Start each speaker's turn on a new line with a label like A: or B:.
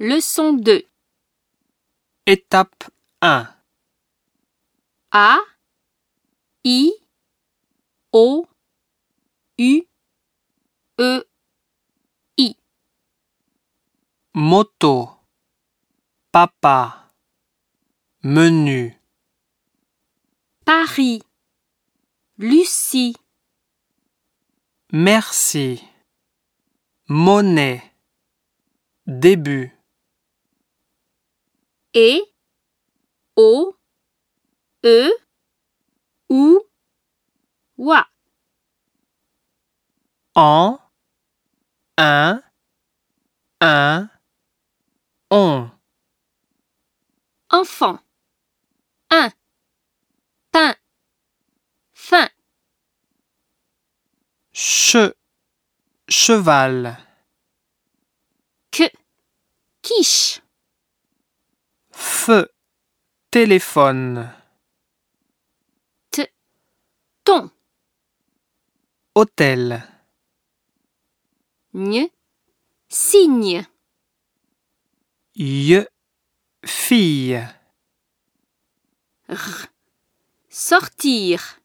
A: Leçon 2.
B: Étape 1.
A: A, I, O, U, E,
B: Moto. Papa. Menu.
A: Paris. Lucie,
B: Merci. Monnaie. Début.
A: E, O, E, ou, Wa.
B: En. Un. Un. On.
A: Enfant. 1. Pain. Fin.
B: Che. Cheval.
A: Que. Quiche.
B: Feu. Téléphone.
A: Ton.
B: Hôtel.
A: Gne. Signe.
B: Ye. Fille.
A: Sortir.